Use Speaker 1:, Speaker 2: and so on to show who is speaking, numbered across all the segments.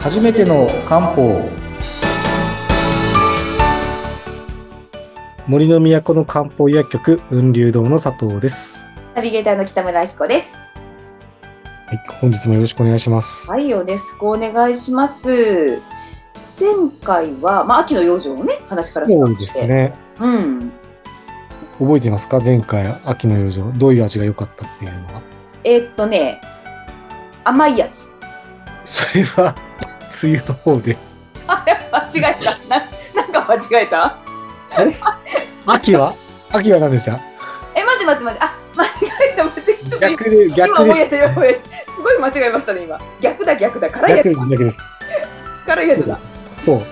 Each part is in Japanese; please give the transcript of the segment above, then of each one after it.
Speaker 1: 初めての漢方森の都の漢方薬局雲龍堂の佐藤です、
Speaker 2: ナビゲーターの北村彦です。
Speaker 1: はい、本日もよろしくお願いします、
Speaker 2: はい、よろしくお願いします。前回は、まあ、秋の養生のね、話からスタ
Speaker 1: そう
Speaker 2: ート
Speaker 1: で
Speaker 2: し
Speaker 1: す
Speaker 2: て。
Speaker 1: ね
Speaker 2: うん。
Speaker 1: 覚えていますか前回秋の養生どういう味が良かったっていうのは
Speaker 2: えーっとね、甘いやつ。
Speaker 1: それは 梅雨の方で
Speaker 2: あ、やっぱ間違えた。 ななんか間違えた
Speaker 1: 秋は秋は何でした
Speaker 2: え、待って待って待って。あ、間違えた、間違えた。ちょっと今
Speaker 1: 逆で
Speaker 2: 今
Speaker 1: 逆
Speaker 2: 思
Speaker 1: で
Speaker 2: い
Speaker 1: す
Speaker 2: 出した、今思い出した。すごい間違えましたね、今。逆だ、逆だ。辛いや
Speaker 1: 逆で
Speaker 2: つ
Speaker 1: す、逆です
Speaker 2: 辛いやつだ。
Speaker 1: そう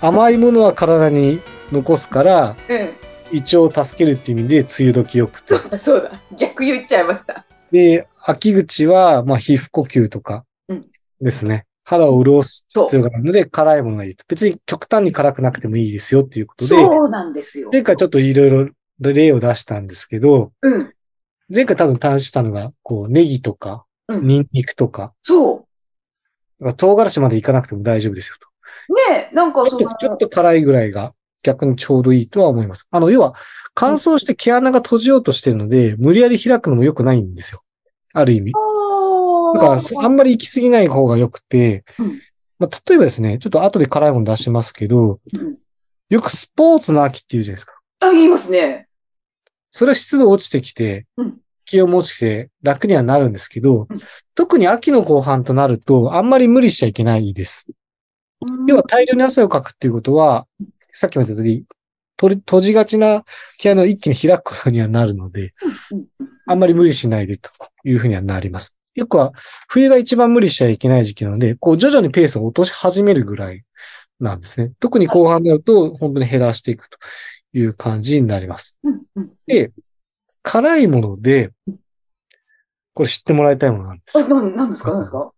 Speaker 1: 甘いものは体に残すから
Speaker 2: うん。
Speaker 1: 胃腸を助けるっていう意味で梅雨時よく
Speaker 2: そ
Speaker 1: て
Speaker 2: うだ、そうだ。逆言っちゃいました。
Speaker 1: で、秋口は、まあ、皮膚呼吸とか
Speaker 2: うん
Speaker 1: ですね。肌を潤す
Speaker 2: そう
Speaker 1: 必。要があるので、辛いものがいいと。別に極端に辛くなくてもいいですよっていうことで、
Speaker 2: そうなんですよ。
Speaker 1: 前回ちょっといろいろ例を出したんですけど、
Speaker 2: うん。
Speaker 1: 前回多分探したのが、こう、ネギとか、
Speaker 2: うん
Speaker 1: ニンニクとか、
Speaker 2: そう。
Speaker 1: 唐辛子までいかなくても大丈夫ですよと。
Speaker 2: ねえ、なんか
Speaker 1: ちょ
Speaker 2: そ
Speaker 1: っと
Speaker 2: の、
Speaker 1: ちょっと辛いぐらいが逆にちょうどいいとは思います。あの、要は、乾燥して毛穴が閉じようとしてるので、無理やり開くのも良くないんですよ。ある意味。だからそ、あんまり行き過ぎない方が良くて、
Speaker 2: うん
Speaker 1: まあ、例えばですね、ちょっと後で辛いもの出しますけど、
Speaker 2: うん
Speaker 1: よくスポーツの秋って言うじゃないですか。
Speaker 2: あ、言いますね。
Speaker 1: それは湿度落ちてきて
Speaker 2: うん、
Speaker 1: 気温も落ちて楽にはなるんですけど
Speaker 2: うん、
Speaker 1: 特に秋の後半となると、あんまり無理しちゃいけないです。要は大量に汗をかくっていうことは、さっきも言った通り、とり閉じがちな毛穴を一気に開くことにはなるので、
Speaker 2: うんうん
Speaker 1: あんまり無理しないでというふうにはなります。よくは、冬が一番無理しちゃいけない時期なので、こう徐々にペースを落とし始めるぐらいなんですね。特に後半になると、本当に減らしていくという感じになります。
Speaker 2: うんうん
Speaker 1: 辛いもので、これ知ってもらいたいものなんです
Speaker 2: あ、
Speaker 1: よ。
Speaker 2: ななんですかなんですか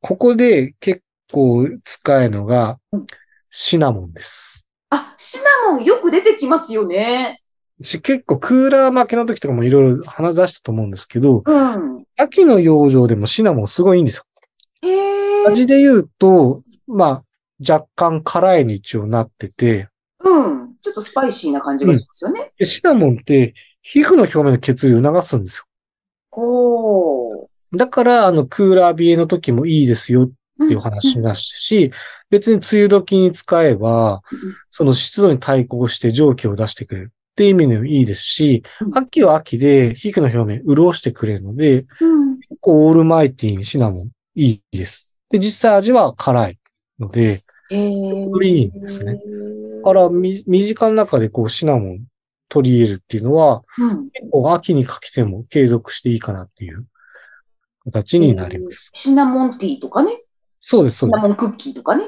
Speaker 1: ここで結構使えるのが
Speaker 2: うん、
Speaker 1: シナモンです。
Speaker 2: あ、シナモンよく出てきますよね。
Speaker 1: し、結構クーラー負けの時とかもいろいろ話出したと思うんですけど、
Speaker 2: うん。
Speaker 1: 秋の養生でもシナモンすごいいいんですよ。
Speaker 2: へえ。
Speaker 1: 味で言うと、まあ、若干辛いに一応なってて、
Speaker 2: うん。ちょっとスパイシーな感じがしますよね。
Speaker 1: でシナモンって皮膚の表面の血流を促すんです
Speaker 2: こ
Speaker 1: よ。だから、あの、クーラー冷えの時もいいですよっ
Speaker 2: う。
Speaker 1: ていう話になるし、別に梅雨時に使えば
Speaker 2: うん、
Speaker 1: その湿度に対抗して蒸気を出してくれるっていう意味でもいいですし
Speaker 2: う、ん
Speaker 1: 秋は秋で皮膚の表面潤してくれるので、
Speaker 2: うん。
Speaker 1: 結構オールマイティーにシナモンいいです。で、実際味は辛いので、
Speaker 2: へえ。
Speaker 1: これいいんですね。だか
Speaker 2: あら。
Speaker 1: らみ身近の中でこうシナモン取り入れるっていうのは、
Speaker 2: うん。
Speaker 1: 結構秋にかけても継続していいかなっていう形になります。
Speaker 2: シナモンティーとかね。
Speaker 1: そうです、そう
Speaker 2: シ
Speaker 1: で
Speaker 2: ナ
Speaker 1: す。
Speaker 2: モンクッキーとかね。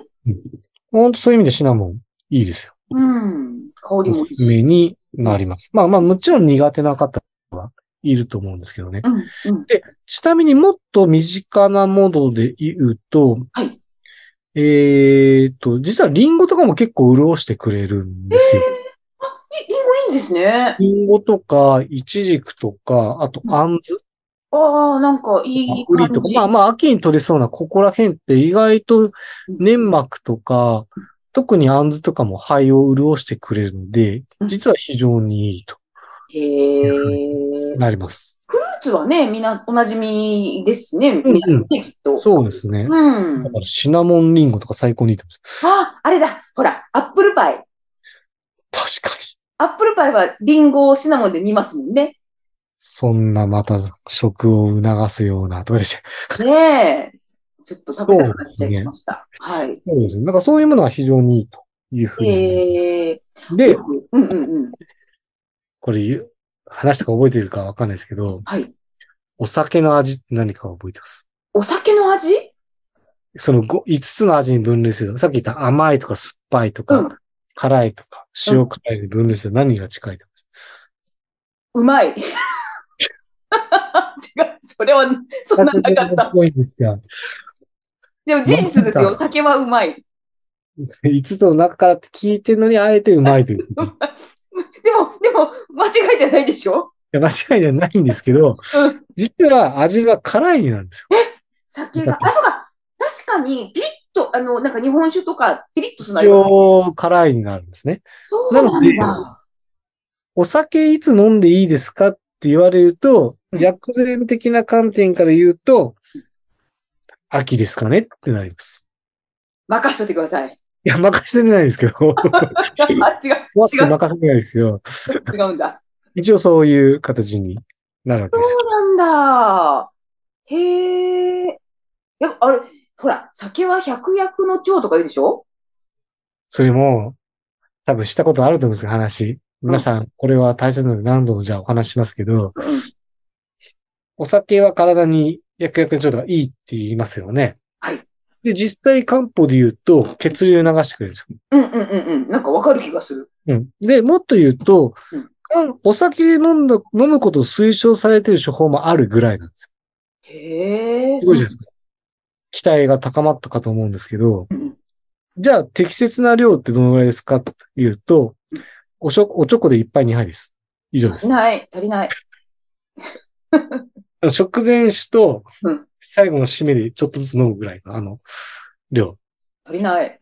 Speaker 1: 本当そういう意味でシナモンいいですよ。
Speaker 2: うん。香りも
Speaker 1: お
Speaker 2: い
Speaker 1: す
Speaker 2: い
Speaker 1: すめになります。まあまあもちろん苦手な方はいると思うんですけどね。
Speaker 2: うん。うん。
Speaker 1: ちなみにもっと身近なもので言うと、
Speaker 2: はい
Speaker 1: えーっと、実はリンゴとかも結構潤してくれるんですよ。
Speaker 2: えリンゴいいんですね。
Speaker 1: リンゴとか、イチジクとか、あと、アンズ、
Speaker 2: ああ、なんかいい
Speaker 1: ウ
Speaker 2: 感
Speaker 1: リ
Speaker 2: じ。
Speaker 1: とか、まあまあ、秋に取れそうなここら辺って意外と粘膜とか、特にアンズとかも肺を潤してくれるので、実は非常にいいと
Speaker 2: へえ。
Speaker 1: なります。
Speaker 2: フルーツはね、みんなおなじみですね。皆さんね、きっと。
Speaker 1: そうですね。
Speaker 2: うん
Speaker 1: だ。からシナモンリンゴとか最高にいいと思い
Speaker 2: あ、あれだ。ほら、アップルパイ。
Speaker 1: ます。確かに。
Speaker 2: アップルパイはリンゴをシナモンで煮ますもんね。
Speaker 1: そんなまた食を促すようなとかでした。
Speaker 2: ねえ。ちょっと食べたくなっ
Speaker 1: そう
Speaker 2: て
Speaker 1: ですね
Speaker 2: きました。はい。
Speaker 1: そうですね。だからそういうものは非常にいいというふうに思い
Speaker 2: へえ。
Speaker 1: ます。で、
Speaker 2: うんうんうん。
Speaker 1: これ、話とか覚えてるかわかんないですけど、
Speaker 2: はい。
Speaker 1: お酒の味って何か覚えてます
Speaker 2: お酒の味
Speaker 1: その5、5つの味に分類すると、さっき言った甘いとか酸っぱいとか、
Speaker 2: うん
Speaker 1: 辛いとか、塩辛いに分類すると何が近いと
Speaker 2: うまい。 違う。それは、そん
Speaker 1: 思
Speaker 2: ない
Speaker 1: ます
Speaker 2: なかった。
Speaker 1: 多いんですが、
Speaker 2: でも事実です
Speaker 1: なん
Speaker 2: よ。酒はうまい。
Speaker 1: 5つの中からって聞いてるのに、あえてうま いという。い
Speaker 2: でも、でも、間違いじゃないでしょ
Speaker 1: や間違いではないんですけど、
Speaker 2: うん
Speaker 1: 実は味が辛いになるんですよ。
Speaker 2: 酒が。あ、そうか。確かに、ピリッと、あの、なんか日本酒とか、ピリッとするのあ
Speaker 1: 一
Speaker 2: りますよね
Speaker 1: 応、辛いになるんですね。
Speaker 2: そうなん
Speaker 1: なの
Speaker 2: だ。
Speaker 1: お酒いつ飲んでいいですかって言われると、
Speaker 2: うん
Speaker 1: 薬膳的な観点から言うと、秋ですかねってなります。
Speaker 2: 任しといてください。
Speaker 1: いや、任せてないですけ ど、
Speaker 2: あ、違う。
Speaker 1: わって
Speaker 2: 違う。
Speaker 1: 任せてないですよ。
Speaker 2: 違うんだ。
Speaker 1: 一応そういう形になるわけですよ。
Speaker 2: そうなんだ。へえ。やっぱ、あれ、ほら、酒は百薬の長とか言うでしょ
Speaker 1: それも、多分したことあると思うんですよ、話。皆さん、これは大切なので何度もじゃあお話ししますけど、
Speaker 2: うん。
Speaker 1: お酒は体に薬薬の状態がいいって言いますよね。
Speaker 2: はい。
Speaker 1: で、実際漢方で言うと、血流流してくれるんですよ。
Speaker 2: うんうんうんうん。なんかわかる気がする。
Speaker 1: うん。で、もっと言うと
Speaker 2: うん、
Speaker 1: かお酒で飲んだ、飲むことを推奨されている処方もあるぐらいなんです
Speaker 2: へえ。
Speaker 1: よ。すごいじゃないですか。期待が高まったかと思うんですけど、
Speaker 2: うんうん
Speaker 1: じゃあ適切な量ってどのぐらいですかというと、おしょ、おちょこで一杯二杯です。以上で
Speaker 2: 足
Speaker 1: す
Speaker 2: り。ない、足りない。
Speaker 1: 食前酒と
Speaker 2: うん、
Speaker 1: 最後の締めでちょっとずつ飲むぐらいの、あの、量。
Speaker 2: 足りない。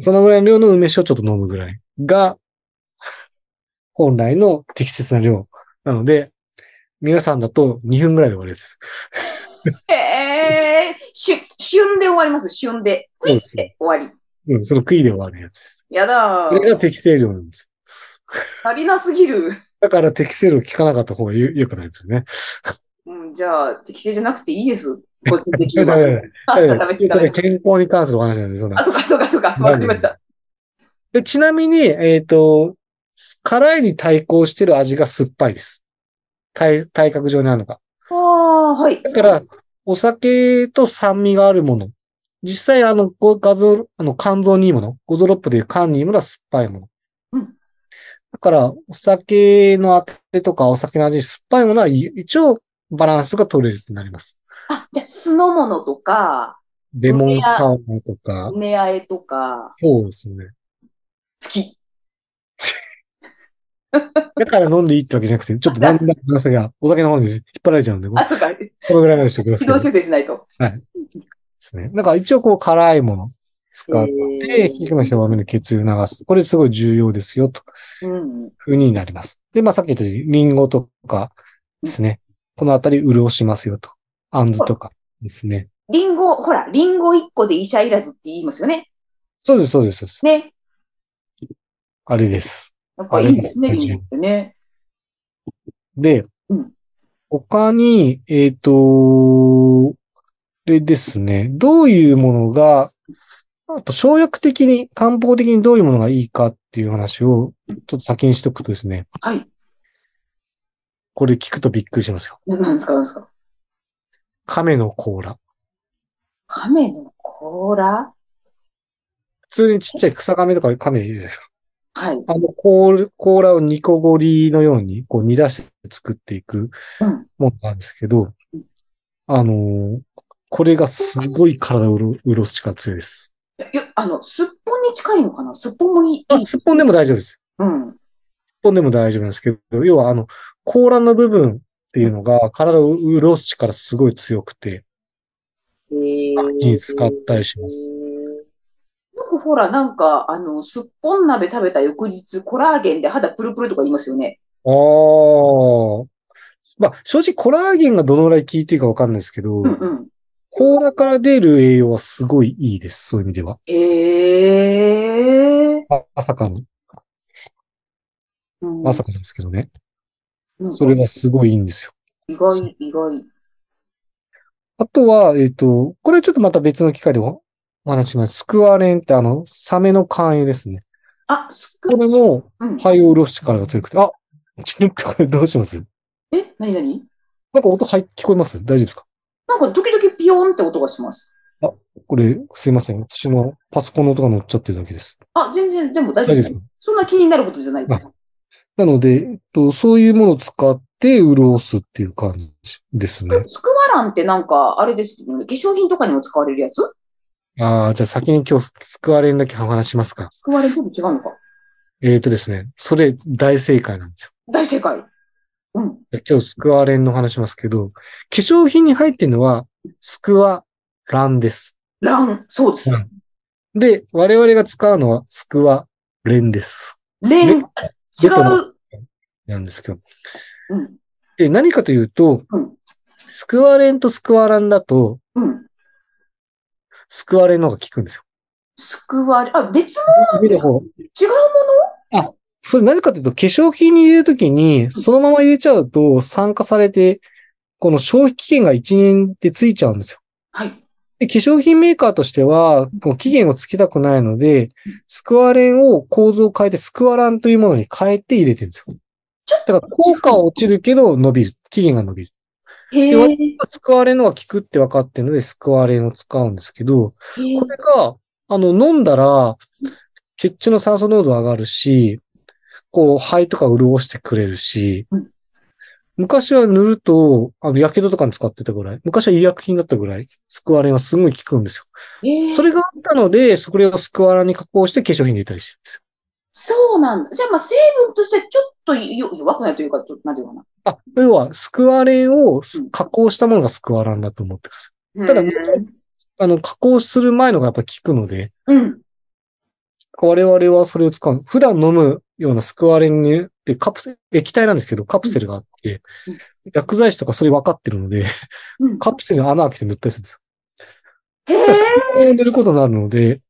Speaker 1: そのぐらいの量の梅酒をちょっと飲むぐらいが、本来の適切な量。なので、皆さんだと2分ぐらいで終わりです。
Speaker 2: へえ。しゅ、旬で終わります、旬で。クイ
Speaker 1: そう
Speaker 2: ッ
Speaker 1: で
Speaker 2: て
Speaker 1: す
Speaker 2: 終わり。
Speaker 1: うん、その杭で終わるやつです。
Speaker 2: やだ
Speaker 1: こ。れが適正量なんですよ。
Speaker 2: 足りなすぎる。
Speaker 1: だから適正量聞かなかった方がよよくなりますよね。
Speaker 2: うん、じゃあ、適正じゃなくてい いです。個人的に
Speaker 1: だ
Speaker 2: は。
Speaker 1: から
Speaker 2: あ、
Speaker 1: ええ
Speaker 2: ダメ、ダメ。
Speaker 1: 健康に関するお話なんで、そんな
Speaker 2: あ、。そうか、そうか、そうか。わかりました。
Speaker 1: でちなみに、えっ、と、辛いに対抗してる味が酸っぱいです。体、体格上にあるのが。
Speaker 2: ああ、はい。
Speaker 1: だから、お酒と酸味があるもの。実際、あの、ご画像、あの、肝臓にいいもの。ゴゾロップでいう肝にいいものは酸っぱいもの。
Speaker 2: うん
Speaker 1: だから、お酒のあてとかお酒の味、酸っぱいものはい一応バランスが取れるってなります。
Speaker 2: あ、じゃあ、酢の物とか、
Speaker 1: レモンサワーとか、
Speaker 2: 梅あえとか、
Speaker 1: そうですね。
Speaker 2: 好き。
Speaker 1: だから飲んでいいってわけじゃなくて、ちょっとだんだん話がお酒の方に引っ張られちゃうんで、こ
Speaker 2: あ、そうか。
Speaker 1: のぐらいまでしてくださ
Speaker 2: 軌
Speaker 1: い。
Speaker 2: 道修正しないと。
Speaker 1: ですね。だから一応こう辛いもの使っ
Speaker 2: へ
Speaker 1: て、
Speaker 2: ー
Speaker 1: 皮膚の表面の血流を流す。これすごい重要ですよ、とい
Speaker 2: うん。
Speaker 1: うふうになります。で、まあさっき言ったように、リンゴとかですね。このあたり潤しますよ、と。あんずとかですね。
Speaker 2: リンゴ、ほら、リンゴ一個で医者いらずって言いますよね。
Speaker 1: そうです、そうです、そうです。
Speaker 2: ね。
Speaker 1: あれです。
Speaker 2: やっぱいいですね、
Speaker 1: あれ
Speaker 2: リンゴってね。
Speaker 1: で
Speaker 2: うん、
Speaker 1: 他に、えっ、と、これですね。どういうものが、あと、生薬的に、漢方的にどういうものがいいかっていう話を、ちょっと先にしておくとですね。
Speaker 2: はい。
Speaker 1: これ聞くとびっくりしますよ。
Speaker 2: ななんですか、なんですか。
Speaker 1: 亀の甲羅。
Speaker 2: 亀の甲羅
Speaker 1: 普通にちっちゃい草亀とか亀いるじゃないですか。
Speaker 2: はい。
Speaker 1: あの甲甲羅をニコゴリのように、こう煮出して作っていく
Speaker 2: うん。
Speaker 1: ものなんですけど、あのーこれがすごい体を潤潤す力強いです。
Speaker 2: いや、あの、すっぽんに近いのかなすっぽんもいい。
Speaker 1: あ、すっぽんでも大丈夫です。すっ
Speaker 2: うん。
Speaker 1: ぽんでも大丈夫なんですけど、要はあの、甲羅の部分っていうのが体を潤す力すごい強くて、
Speaker 2: えー
Speaker 1: に使ったりします。
Speaker 2: よくほら、なんか、あの、すっぽん鍋食べた翌日、コラーゲンで肌プルプルとか言いますよね。
Speaker 1: ああ。まあ、正直コラーゲンがどのぐらい効いてるかわかんないですけど、
Speaker 2: うんうん。
Speaker 1: 甲羅から出る栄養はすごいいいです。そういう意味では。
Speaker 2: ええ
Speaker 1: あまさかの、
Speaker 2: うん
Speaker 1: まさかなんですけどね。
Speaker 2: なんか
Speaker 1: それがすごいいいんですよ。
Speaker 2: 意外、意外。
Speaker 1: あとは、えっ、と、これちょっとまた別の機会でおお話しします。スクワレンってあの、サメの肝炎ですね。
Speaker 2: あ、すく
Speaker 1: こ、れも
Speaker 2: うん。
Speaker 1: 肺を潤す力が強くて、あ、ちょっとこれどうします
Speaker 2: え、なになに
Speaker 1: なんか音入っ聞こえます大丈夫ですか
Speaker 2: なんか、時々ピヨーンって音がします。
Speaker 1: これ、すいません。私のパソコンの音が乗っちゃってるだけです。
Speaker 2: あ、全然、でも大
Speaker 1: 大
Speaker 2: 丈夫
Speaker 1: 丈夫
Speaker 2: で
Speaker 1: ですす。か
Speaker 2: そんな気になることじゃないです。
Speaker 1: なので、えっと、そういうものを使って潤すっていう感じですね。
Speaker 2: スクワランってなんか、あれですけどね、化粧品とかにも使われるやつ
Speaker 1: ああ、じゃあ先に今日、スクワレンだけお話しますか。
Speaker 2: スクワランとも違うのか。
Speaker 1: えーとですね、それ大正解なんです
Speaker 2: 大正解。うん。
Speaker 1: よ。今日スクワレンの話しますけど、化粧品に入ってるのはスクワランです。
Speaker 2: ラン、そうです。
Speaker 1: うんで、我々が使うのは、スクワ、レンです。
Speaker 2: レン、違う
Speaker 1: レ。なんですけど。
Speaker 2: うん。
Speaker 1: で、何かというと
Speaker 2: うん、
Speaker 1: スクワレンとスクワランだと、
Speaker 2: うん。
Speaker 1: スクワレンの方が効くんですよ。
Speaker 2: スクワレン、あ、別も
Speaker 1: 見る方。
Speaker 2: 違うも
Speaker 1: それ何かというと、化粧品に入れるときに、そのまま入れちゃうと、酸化されて、この消費期限が1年でついちゃうんですよ。
Speaker 2: はい。
Speaker 1: で化粧品メーカーとしては、こう期限をつけたくないので、スクワレンを構造を変えて、スクワランというものに変えて入れてるんですよ。だから効果は落ちるけど伸びる。期限が伸びる。
Speaker 2: へえ。
Speaker 1: スクワレンのが効くって分かってるので、スクワレンを使うんですけど、
Speaker 2: へえ
Speaker 1: これが、あの、飲んだら、血中の酸素濃度上がるし、こう、肺とか潤してくれるし
Speaker 2: うん、
Speaker 1: 昔は塗ると、あの、火傷とかに使ってたぐらい、昔は医薬品だったぐらい、スクワレンはすごい効くんですよ。
Speaker 2: へえ
Speaker 1: それがあったので、それをスクワラに加工して化粧品に入れたりしてるんですよ。
Speaker 2: そうなんだ。じゃあ、まあ、成分としてちょっとよ弱くないというか、ちょなんていうのか
Speaker 1: あ、要は、スクワレンを加工したものがスクワランだと思ってくださ
Speaker 2: な。
Speaker 1: ただ
Speaker 2: うん
Speaker 1: い。あの、加工する前のがやっぱ効くので、
Speaker 2: うん。
Speaker 1: 我々はそれを使う。普段飲むようなスクワレンに、で、カプセル、液体なんですけど、カプセルがあって
Speaker 2: うん、
Speaker 1: 薬剤師とかそれ分かってるので、
Speaker 2: うん
Speaker 1: カプセルに穴開けて塗ったりするんですよ。
Speaker 2: へえ。
Speaker 1: こう塗ることになるので、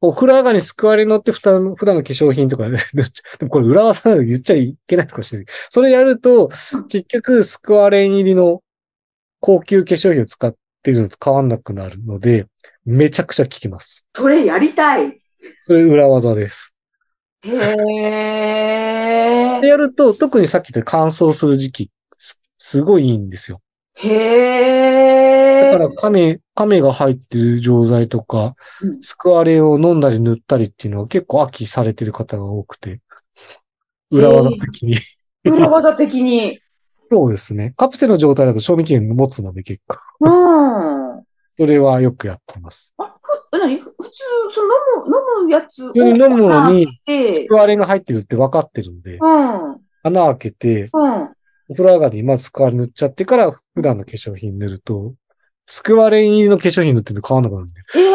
Speaker 1: お風呂上がりにスクワレン乗って普段、普段の化粧品とかで 塗っちゃでもこれ裏技なので言っちゃいけないかもしれない。それやると、結局スクワレン入りの高級化粧品を使ってるのと変わんなくなるので、めちゃくちゃ効きます。
Speaker 2: それやりたい。
Speaker 1: それ裏技です。
Speaker 2: へえ
Speaker 1: で。やると、特にさっき言った乾燥する時期、すすごいいいんですよ。だ
Speaker 2: へえ
Speaker 1: か。ら、亀、亀が入ってる錠剤とか
Speaker 2: うん、
Speaker 1: スクワレンを飲んだり塗ったりっていうのは結構秋されてる方が多くて、裏技的に。
Speaker 2: 裏技的に。
Speaker 1: そうですね。カプセルの状態だと賞味期限持つので結構、
Speaker 2: うん。
Speaker 1: それはよくやってます。
Speaker 2: あ、ふ、なに、ふ普通、その飲む、飲むやつを
Speaker 1: 普通に飲むのに、ス
Speaker 2: で
Speaker 1: ク、ワレンが入ってるって分かってるんで、
Speaker 2: うん、うん。
Speaker 1: 穴開けて、お風呂上がりにまずスクワレン塗っちゃってから、普段の化粧品塗ると、スクワレン入りの化粧品塗ってると変わんなくなるんで、
Speaker 2: ええ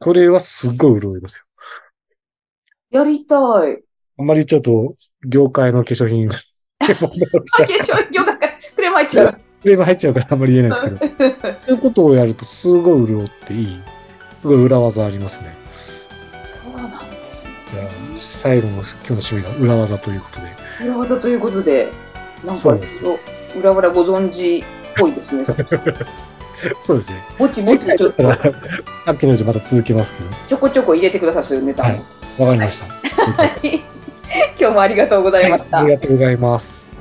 Speaker 1: これはすっごい潤いますよ。
Speaker 2: やりたい。
Speaker 1: あんまりちょっと、業界の化粧品が、
Speaker 2: よかった。クレマイちゃう。
Speaker 1: フレーム入っちゃうからあんまり言えないですけど、 そういうことをやるとすごい潤っていい、すごい裏技ありますね。
Speaker 2: そうなんですね。
Speaker 1: いや最後の今日の趣味が裏技ということで。
Speaker 2: 裏技ということで、なん
Speaker 1: そ
Speaker 2: か
Speaker 1: うです、
Speaker 2: 裏裏ご存知っぽ いですね。
Speaker 1: そうですね。
Speaker 2: もちもちちょっと
Speaker 1: だから秋のうちまた続きますけど。
Speaker 2: ちょこちょこ入れてください、そういうネタも。
Speaker 1: はいわかりました。
Speaker 2: 今日もありがとうございました
Speaker 1: あ。りがとうございます。